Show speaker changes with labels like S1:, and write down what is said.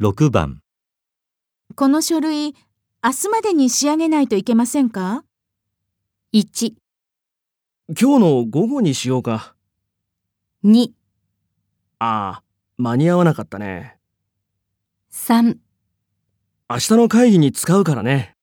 S1: 6番、
S2: この書類、明日までに仕上げないといけませんか ?1、
S3: 今日の午後にしようか。
S2: 2、
S3: ああ、間に合わなかったね。
S2: 3
S3: 明日の会議に使うからね。